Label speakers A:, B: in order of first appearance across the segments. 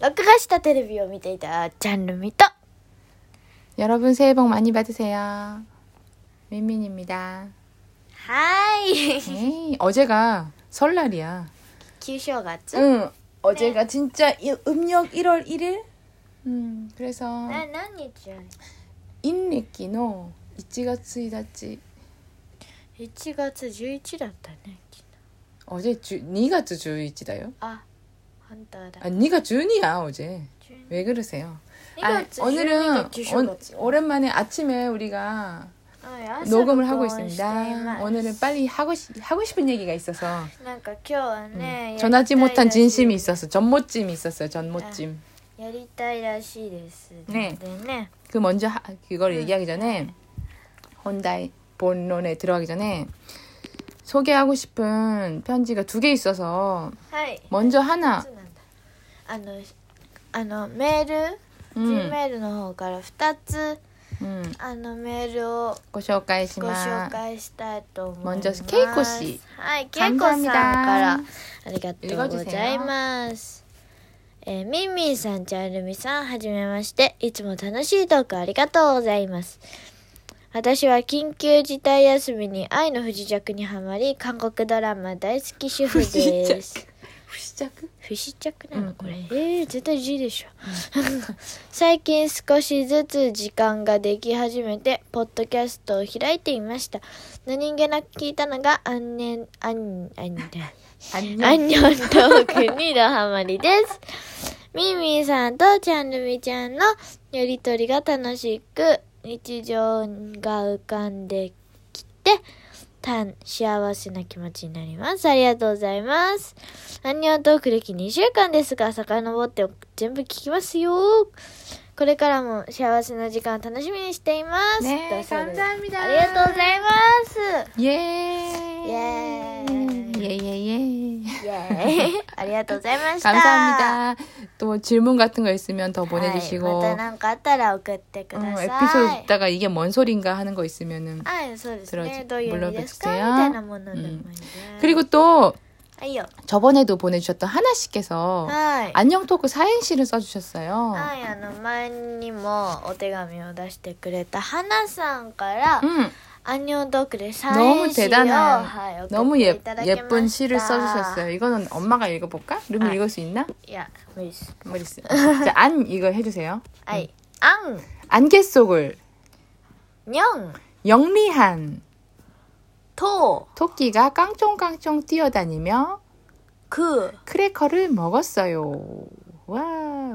A: 録画したテレビを見ていたジャンルミと
B: 여러분 새해 복 많이 받으세요. 민민입니다.
A: はーい
B: 에이, 어제가 설날이야.
A: 旧正月、
B: 응, 어제가 진짜 이- 음력 1월 1일? 음, 그래서
A: な何日やね
B: 인리끼노 1월1일
A: 1月11だったね昨日
B: 어제 주, 2월 11일이다요.
A: あ本当だ
B: 아, 2월 12일이야 어제.
A: 12
B: 왜 그러세요? 아,
A: 月
B: 오늘은
A: 12旧正
B: 오,
A: 月
B: 오랜만에 아침에 우리가
A: 아
B: 녹음을 하고
A: 朝録音しています
B: 있습니다. 오늘은 빨리 하고, 싶- 하고 싶은 얘기가 있어서
A: なんか今日はね、やりたいらしい
B: 네, 전하지 못한 진심이 있었어. 전모찜이 있었어요. 전모찜.
A: やりたいらしいです
B: ね
A: でね
B: 그 먼저 하- 그걸 얘기하기 전에 혼다의 본론에 들어가기 전에 소개하고 싶은 편지가 두 개 있어서
A: はい、
B: 먼저 하나
A: そうなんだあのあのメール、
B: う
A: G
B: ん
A: メールの方から2つ
B: 음,
A: あのメールを
B: 고紹介し
A: ご
B: ま
A: 紹
B: 스
A: 介したいと思います。
B: 먼저케이코씨
A: はい、ケイコさんからありがとうございます。えー、ミンミンさん、チャルミさん、はじめまして。いつも楽しいトークありがとうございます。私は緊急事態休みに愛の不時着にはまり、韓国ドラマ大好き主婦で
B: 不時
A: す
B: 着。 후시작.
A: 不死着な
B: う
A: の
B: ん
A: これ、えー、絶対 G でしょ 最近少しずつ時間ができ始めてポッドキャストを開いていました何気なく聞いたのが「あんねんあんあんねん」ア
B: 안녕.
A: ンニョントークにドハマりです。ミンミンさんとチャンルミちゃんのやりとりが楽しく、日常が浮かんできて、たん幸せな気持ちになります。ありがとうございます。アンニョントーク歴2週間ですが、遡って全部聞きますよ。これからも幸せな時間を楽しみにしています。
B: ねえ
A: だそうです
B: 네, 감사합니다
A: ありがとうございます。
B: 예.
A: 예.
B: 예예예.
A: イエーイ ありがとうございました。
B: 감사합니다. 또 질문 같은 거 있으면 더
A: は
B: 보내주시고
A: い、また何かあったら送ってくだ
B: 음,
A: さい。
B: 에피소드 듣다가 이게 뭔 소린가 하는 거 있으면은
A: はい、そうですね。
B: 들어주-
A: どういう意味ですかみ
B: 물러봐주세요. 음.
A: たいなものでもいいね。
B: 그리고 또
A: はいよ。
B: 저번에도 보내주셨던 하나 씨께서
A: はい。
B: 안녕 토크 사행시를 어. 아, 써주셨어요.
A: はい、あの前に
B: 뭐
A: もお手紙を出してくれた花さんから、
B: 응,
A: アンニョンドークで
B: 아,
A: サイン
B: 음, 너무
A: シを、
B: 대단한,
A: はい、送っ
B: 너무
A: てい
B: 예,
A: ただきました。
B: 예쁜 시를 써주셨어요. 이거는 엄마가 읽어볼까? 룸
A: 아.
B: 읽을 수 있나?
A: いや、無理です。
B: 머리스. 자, 안 이거 해주세요.
A: はい。アン、
B: 안개 속을
A: ニョン、
B: 영리한
A: ト
B: 토끼가 깡총깡총
A: ー、
B: 뛰어다니며
A: ク
B: 그.
A: ー、
B: 크래커를 먹었어요. 와,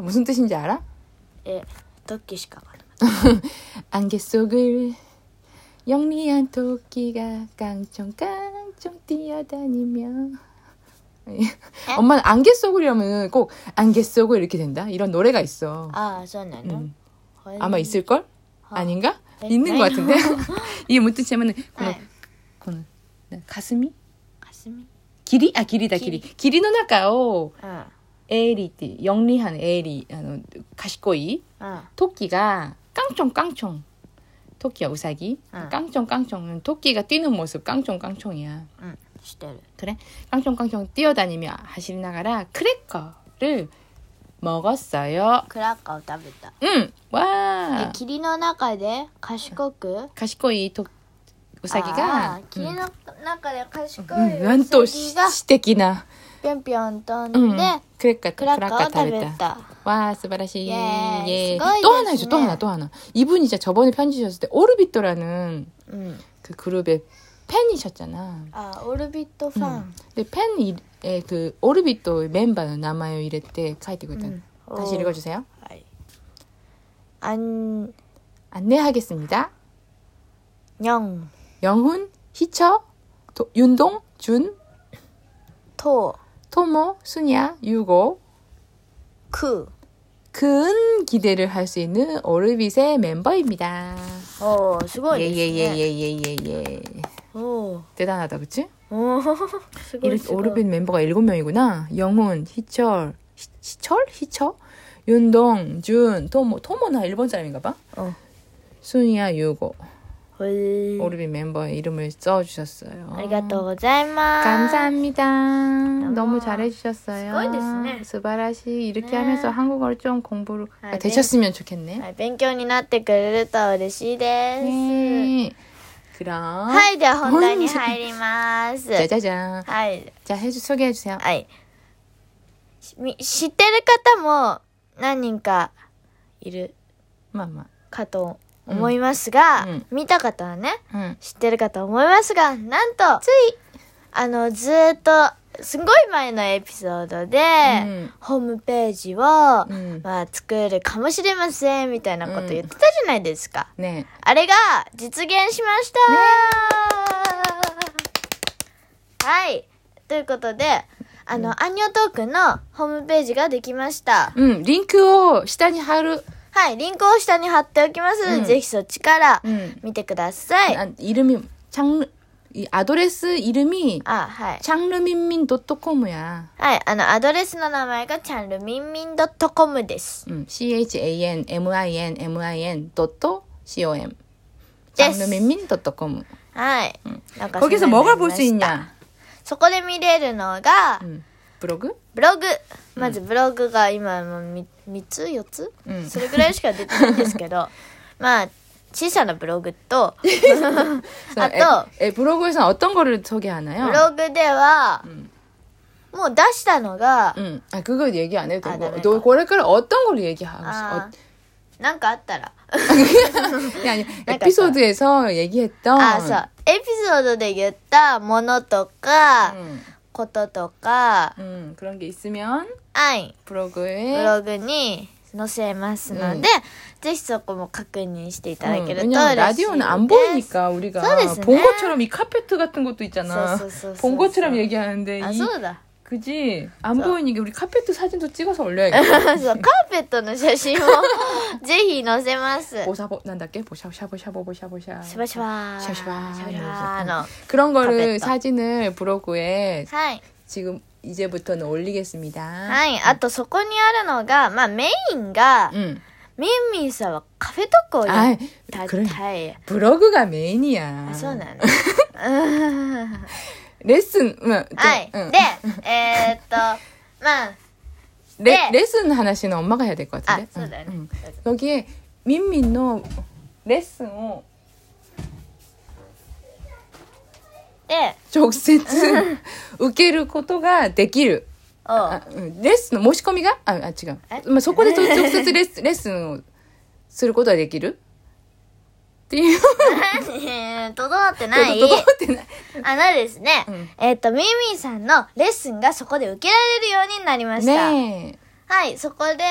B: 무슨 뜻인지 알아?
A: え、
B: 예,
A: ドッキーしかわから
B: 어.
A: ない。
B: 안개 속을 영리한 토끼가 깡총깡총 뛰어다니며 엄마는 안개 속을이라면 꼭 안개 속을 이렇게 된다 이런 노래가 있어
A: ああ、そうなの、
B: 음, 아마 있을걸?
A: 아.
B: 아닌가?
A: 네.
B: 있는 것 같은데 이게 무슨 뜻이냐면
A: はい。
B: 네, 가슴이
A: かすみ。
B: 길이 아 길이다 길이 길이는 아까오
A: うん。
B: 에리 영리한 에리 아, 가시꼬이
A: うん。
B: 토끼가 깡총깡총 토끼야 우사기
A: 응.
B: 깡총깡총은 토끼가 뛰는 모습 깡총깡총이야
A: うん。してる。
B: 그래 깡총깡총 뛰어다니며 하실 나가라 크래커를 먹었어요
A: クラッカーを食べた。
B: 응와
A: え、霧の中で賢く。
B: 가시코이 토
A: あー
B: 우사기가
A: 霧の中で賢い。
B: 난 또
A: ウサギが
B: 詩的な
A: ぴょんぴょん飛ん
B: 응.
A: で、
B: 네. 크래커
A: クラッカーを
B: 크라카
A: 食べ
B: 다르다
A: た。
B: 와 스바라시
A: 예,
B: 예.
A: 수고했어요.
B: 또 하나죠 또 하나 또 하나 이분이 진짜 저번에 편지 주셨을 때 오르비토라는
A: うん。
B: 그 그룹의 팬이셨잖아
A: あー、オルビットファン。
B: 근데 팬의 그 오르비토 멤버의 나마요 이랬 때 카이티거든.
A: うん
B: 다시 음. 읽어주세요.
A: はい。あん、に
B: 안내하겠습니다.
A: ょん、
B: 영훈, 희처, 도- 윤동, 준,
A: と、
B: 토모, 순야, 유고
A: く。
B: 큰 기대를 할 수 있는 오르빗의 멤버입니다. 예,
A: おー、す
B: 어,
A: ごいですね。
B: 네. 예예예예예예예.
A: おー。
B: 대단하다, 그치?
A: おーすごい
B: 이렇게
A: すごい。
B: 오르빈 멤버가 일곱 명이구나. 영훈, 희철, 희, 희철, 희처, 윤동, 준, 토모, 토모나 일본 사람인가 봐.
A: 어.
B: 순이야, 유고.
A: 헐.
B: 오르비 멤버의 이름을 써주셨어요.
A: ありがとうございます。
B: 감사합니다. 너무 잘해주셨어요.
A: 수고했어요.
B: 스바라시 이렇게
A: 네.
B: 하면서 한국어를 좀 공부를
A: 아, 네.
B: 되셨으면 좋겠네.
A: はい、勉強になってくれると嬉しいです。
B: 아, 네. 그럼
A: はい、では本題に入ります。
B: 짜자잔.
A: はい、
B: 자 해주 소개해 주세요.
A: はい。しみ知ってる方も何人かいる
B: 마마.
A: かと思いますが、
B: うんうん
A: 見た方はね、
B: 응.
A: 知ってるかと思いますが、なんと、つい、あの、ずーっと、すごい前のエピソードで、
B: ん
A: ホームページを、ま
B: ん
A: あ、作るかもしれません、みたいなこと言ってたじゃないですか。
B: 네.
A: あれが、実現しましたはい。ということで、あの、アンニョトークのホームページができました。
B: 음, 링크 시단이 하루
A: はい、リンクを下に貼っておきますので、
B: うん
A: ぜひそっちから
B: 음
A: 見てください。
B: 아, 이름이 창 이 아드레스 네. 이름이
A: あ、はい。
B: 창르민민 .com이야.
A: はい、あの、アドレスの名前がチャンルミンミンドットコムです。
B: 음, C H A N M I N M I N .c o m.
A: Yes.
B: 장르민민 .com.
A: はい。なんか
B: 거기서
A: そんなの
B: 뭐가 볼 수
A: ありました
B: 있냐?
A: そこで見れるのが、
B: 음, 블로그?
A: ブログ。まずブログが今もう 3, つ ?4 つ、
B: うん
A: それぐらいしか出てないんですけ ど、まあ、小さなブログと、ブ
B: 그래서
A: 아, 또.
B: 에, 에, 블로그에서 어떤 거를 소개하나요?
A: ログでは、もう出したのが、
B: 음, 아 그거 얘기 안 해도
A: 아,
B: 되고
A: 네, 네,
B: 너
A: 네. 아.
B: 고래걸 어떤 걸 얘기하고 싶어? 어,
A: あーなんかあったら、
B: 아니, 아니
A: 네,
B: 에피소드에서 얘기했던
A: あ、そう、エピソードで言ったものとか、
B: 음,
A: こととか、
B: 음, 그런 게 있으면
A: はい。
B: 블로그에
A: ブログに載せますので、
B: うん
A: ぜひそこも確認していただけると嬉しいです。
B: 음, 왜냐면 라디오는 안 보이니까 우리가
A: 네, 써냈어.
B: 본 것처럼 이 카페트 같은 것도 있잖아.
A: 써써써써. 아,
B: 본 것처럼 얘기하는데
A: あ、
B: 이
A: そうだ。
B: 그지 안 보이니까 우리 카페트 사진도 찍어서 올려야겠다.
A: そう、カーペットの写真 もぜひ載せます。
B: 보사보 난다께 보샤 샤보 샤보 보 샤보 샤.
A: シャバシャバ
B: シャバシャバ
A: シャバシャバの。
B: 그런 거를
A: 카페트.
B: 사진을 블로그에
A: はい。
B: 지금 이제부터는 올리겠습니다.
A: はい。あと、そこにあるのが、まあ、メインが、
B: 응.
A: ミンミンさんはカフェトコをやっ
B: 음. 아,
A: た。
B: 그래.
A: はい。
B: 블로그가 메인이야.
A: あ、そうなの。うん
B: 레슨, 응, 또,
A: はい。
B: 응.
A: で、えーっと、まあ、
B: 레,
A: 네.
B: 레슨 하나씩은 엄마가 해야 될 것
A: あ
B: 같은데. 、
A: そうだよ
B: 응, 응.
A: ね。
B: 여기에 민민노 레슨 오
A: で、
B: 족세츠 우케르 코토가 데키르
A: おう
B: 아, 。 응. 레슨 모시코미가 아, 아 지금
A: 에?
B: 뭐 소코데 족세츠 레슨 레슨 する 코토가 데키르 っていう
A: えーと、どうなって
B: こと
A: ない
B: とどうってない。
A: あのですね、
B: うん
A: えっ、と、ミーミーさんのレッスンがそこで受けられるようになりました。
B: ねえ。
A: はい、そこで、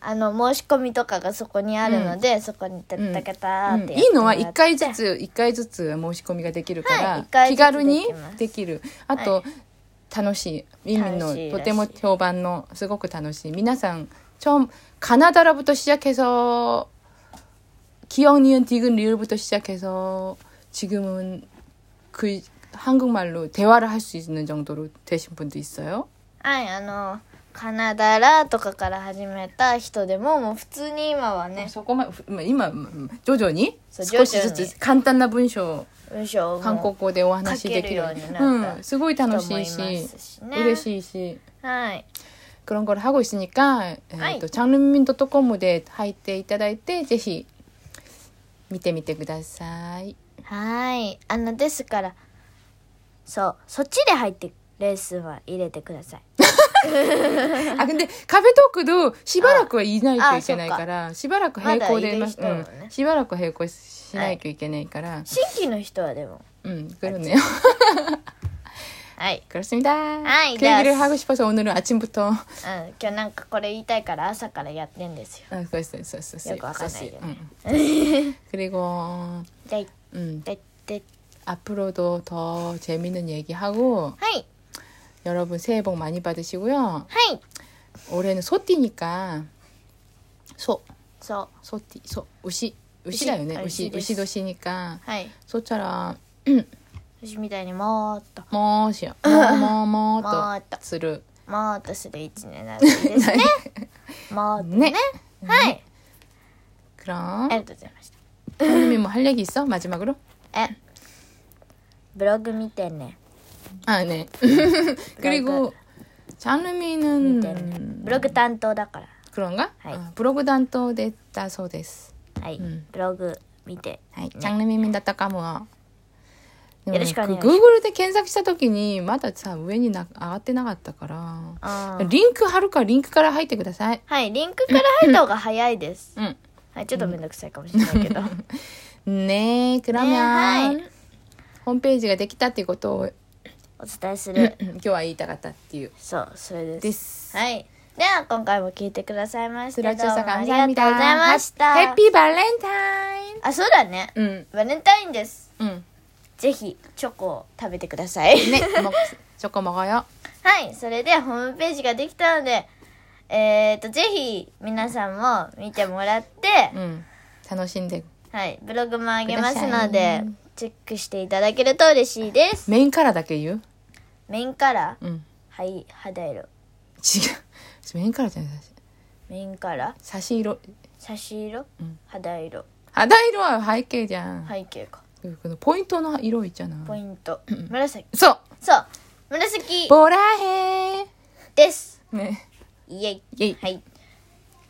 A: あの、申し込みとかがそこにあるので、そこにタッタカターっ
B: うん
A: て
B: いいのは1回ず
A: つ。
B: つ1回ずつ申し込みができるか
A: はい
B: ら、
A: 一回ずつ
B: 気軽に
A: できます
B: できるあと、楽しいミンミン
A: 楽しいらしい
B: のとても評判のすごく楽しい皆さん처カナダラ부터 시작해서 기억 니은 디귿 리을부터 시작해서 지금은 그 한국말로 대화를 할 수 있는 정도로 되신 분도 있어요.
A: はい、あの、カナダラとかから始めた人でも、もう普通に今はね、
B: 어, そこま今徐々に
A: 네. そう
B: 少し
A: 徐
B: ず
A: 々に
B: つ簡単な文章を
A: 文章をもう
B: 韓国語でお話しできる
A: 書けるようになった
B: うん、すごい楽しいし
A: 人もいますしね
B: 嬉しいし
A: はい。
B: 그런 걸 하고 있으니까
A: 아이.
B: 장르민 .com에 入っていただいてぜひ見てみてくだ さい。
A: はい。あの、ですから、そう、そっちで入って、レッスンは入れてください。
B: あ、근데카페토크도しばらくはいないといけないから、しばらく並行でいます。
A: まだいる人はね
B: うん、しばらく並行しないといけないから、
A: 新規の人はでも、
B: 음, 그렇네요.
A: はい。
B: 그렇습니다.
A: 아이,
B: 그 얘기를
A: 됐어.
B: 하고 싶어서 오늘은 아침부터
A: うん、今日なんかこれ言いたいから朝からやってんですよ。
B: 아, 그랬어요, 그랬어요, 그랬어요.
A: 여기 와가 나요.
B: 응, 응. 그리고
A: で、
B: 음,
A: で、で、
B: 앞으로도 더 재밌는 얘기하고
A: はい、
B: 여러분 새해 복 많이 받으시고요.
A: はい。
B: 올해는 소띠니까 소,
A: そ
B: 소띠, 소, 우시, 우시라요네. 아,
A: 우시,
B: 우시, 아.
A: 우시です.
B: 우시도시니까
A: う、はい。
B: 소처럼
A: 私みたいにもーっと、
B: 뭐시요,
A: 뭐
B: 뭐뭐뭐
A: 또
B: 또する
A: もーっとする一年なんですね。
B: 네?
A: もーっとね。はい。
B: 그럼 아,
A: ありがとうございました。
B: 형님이 뭐 할 얘기 있어? 마지막으로?
A: 에 블로그 밑에네
B: 아 네.
A: 밑에네
B: 그리고 ジャンルミン
A: ブログ担当だから
B: 그런가?
A: 하이.
B: 아, 브로그 단또 됐다 소데스.
A: はい、
B: ん
A: ブログ見て
B: はい、ジャンルミンだったかも。でも
A: よろしくお願いします
B: グ Google で検索した時にまださ上にな上がってなかったから
A: あー
B: リンク貼るからリンクから入ってください。
A: はいリンクから入った方が早いです
B: うん。
A: はいちょっとめんどくさいかもしれないけど
B: ねえ、クラミャン、
A: ね
B: ホームページができたっていうことを
A: お伝えする
B: うん今日は言いたかったっていう。
A: そうそれです
B: です。
A: はいでは今回も聞いてくださいまし
B: ス
A: て
B: ラッチョ
A: どう
B: さ
A: も
B: ん、
A: あ
B: あ
A: りがとうございました
B: ヘッピーバレンタイン。
A: あそうだね
B: うん、
A: バレンタインです
B: うん。
A: ぜひチョコを食べてください
B: ね、もチョコもごよ。
A: はいそれでホームページができたのでえっ、ー、とぜひ皆さんも見てもらって、
B: うん。楽しんで。
A: はいブログもあげます
B: くださ
A: の
B: い
A: でチェックしていただけると嬉しいです
B: メインカラーだけ言う
A: メインカラー
B: うん。違う。
A: はい肌色
B: メインカラーじゃない。
A: メインカラー
B: 差し色。
A: 差し色、
B: うん
A: 肌色
B: 肌色は背景じゃん。
A: 背景か
B: このポイントの色じゃな
A: ポ
B: い。
A: イント紫
B: そう。
A: そう紫
B: ボラヘ
A: です
B: ー。ね。
A: イエイ
B: イェイ。
A: はい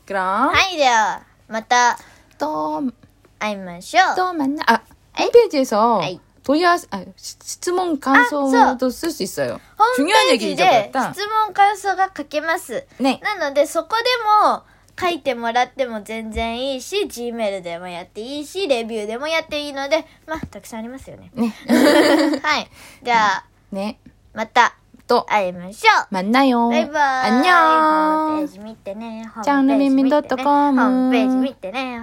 B: クラーン。
A: はいではまた
B: どうも。
A: 会いましょう
B: 또 만나 아 어. 홈페이지에서
A: 아이.
B: 도야 아, 시-質問 감소도 쓸 수 있어요.
A: ホーム
B: 중요한
A: ページ
B: 얘기 잊어
A: で
B: 버
A: 質
B: 다
A: 問感想が書けます
B: 네.
A: なのでそこでも書いてもらっても全然いいし G メールでもやっていいしレビューでもやっていいのでまあたくさんありますよね
B: 네.
A: はいじゃあ
B: 네.
A: また
B: 또
A: 会いましょう
B: 만나요.
A: バイバイホーム
B: 안녕.
A: ページ見てねホームページ見てね
B: チャンネルミンミンドットコム
A: ホームページ見てね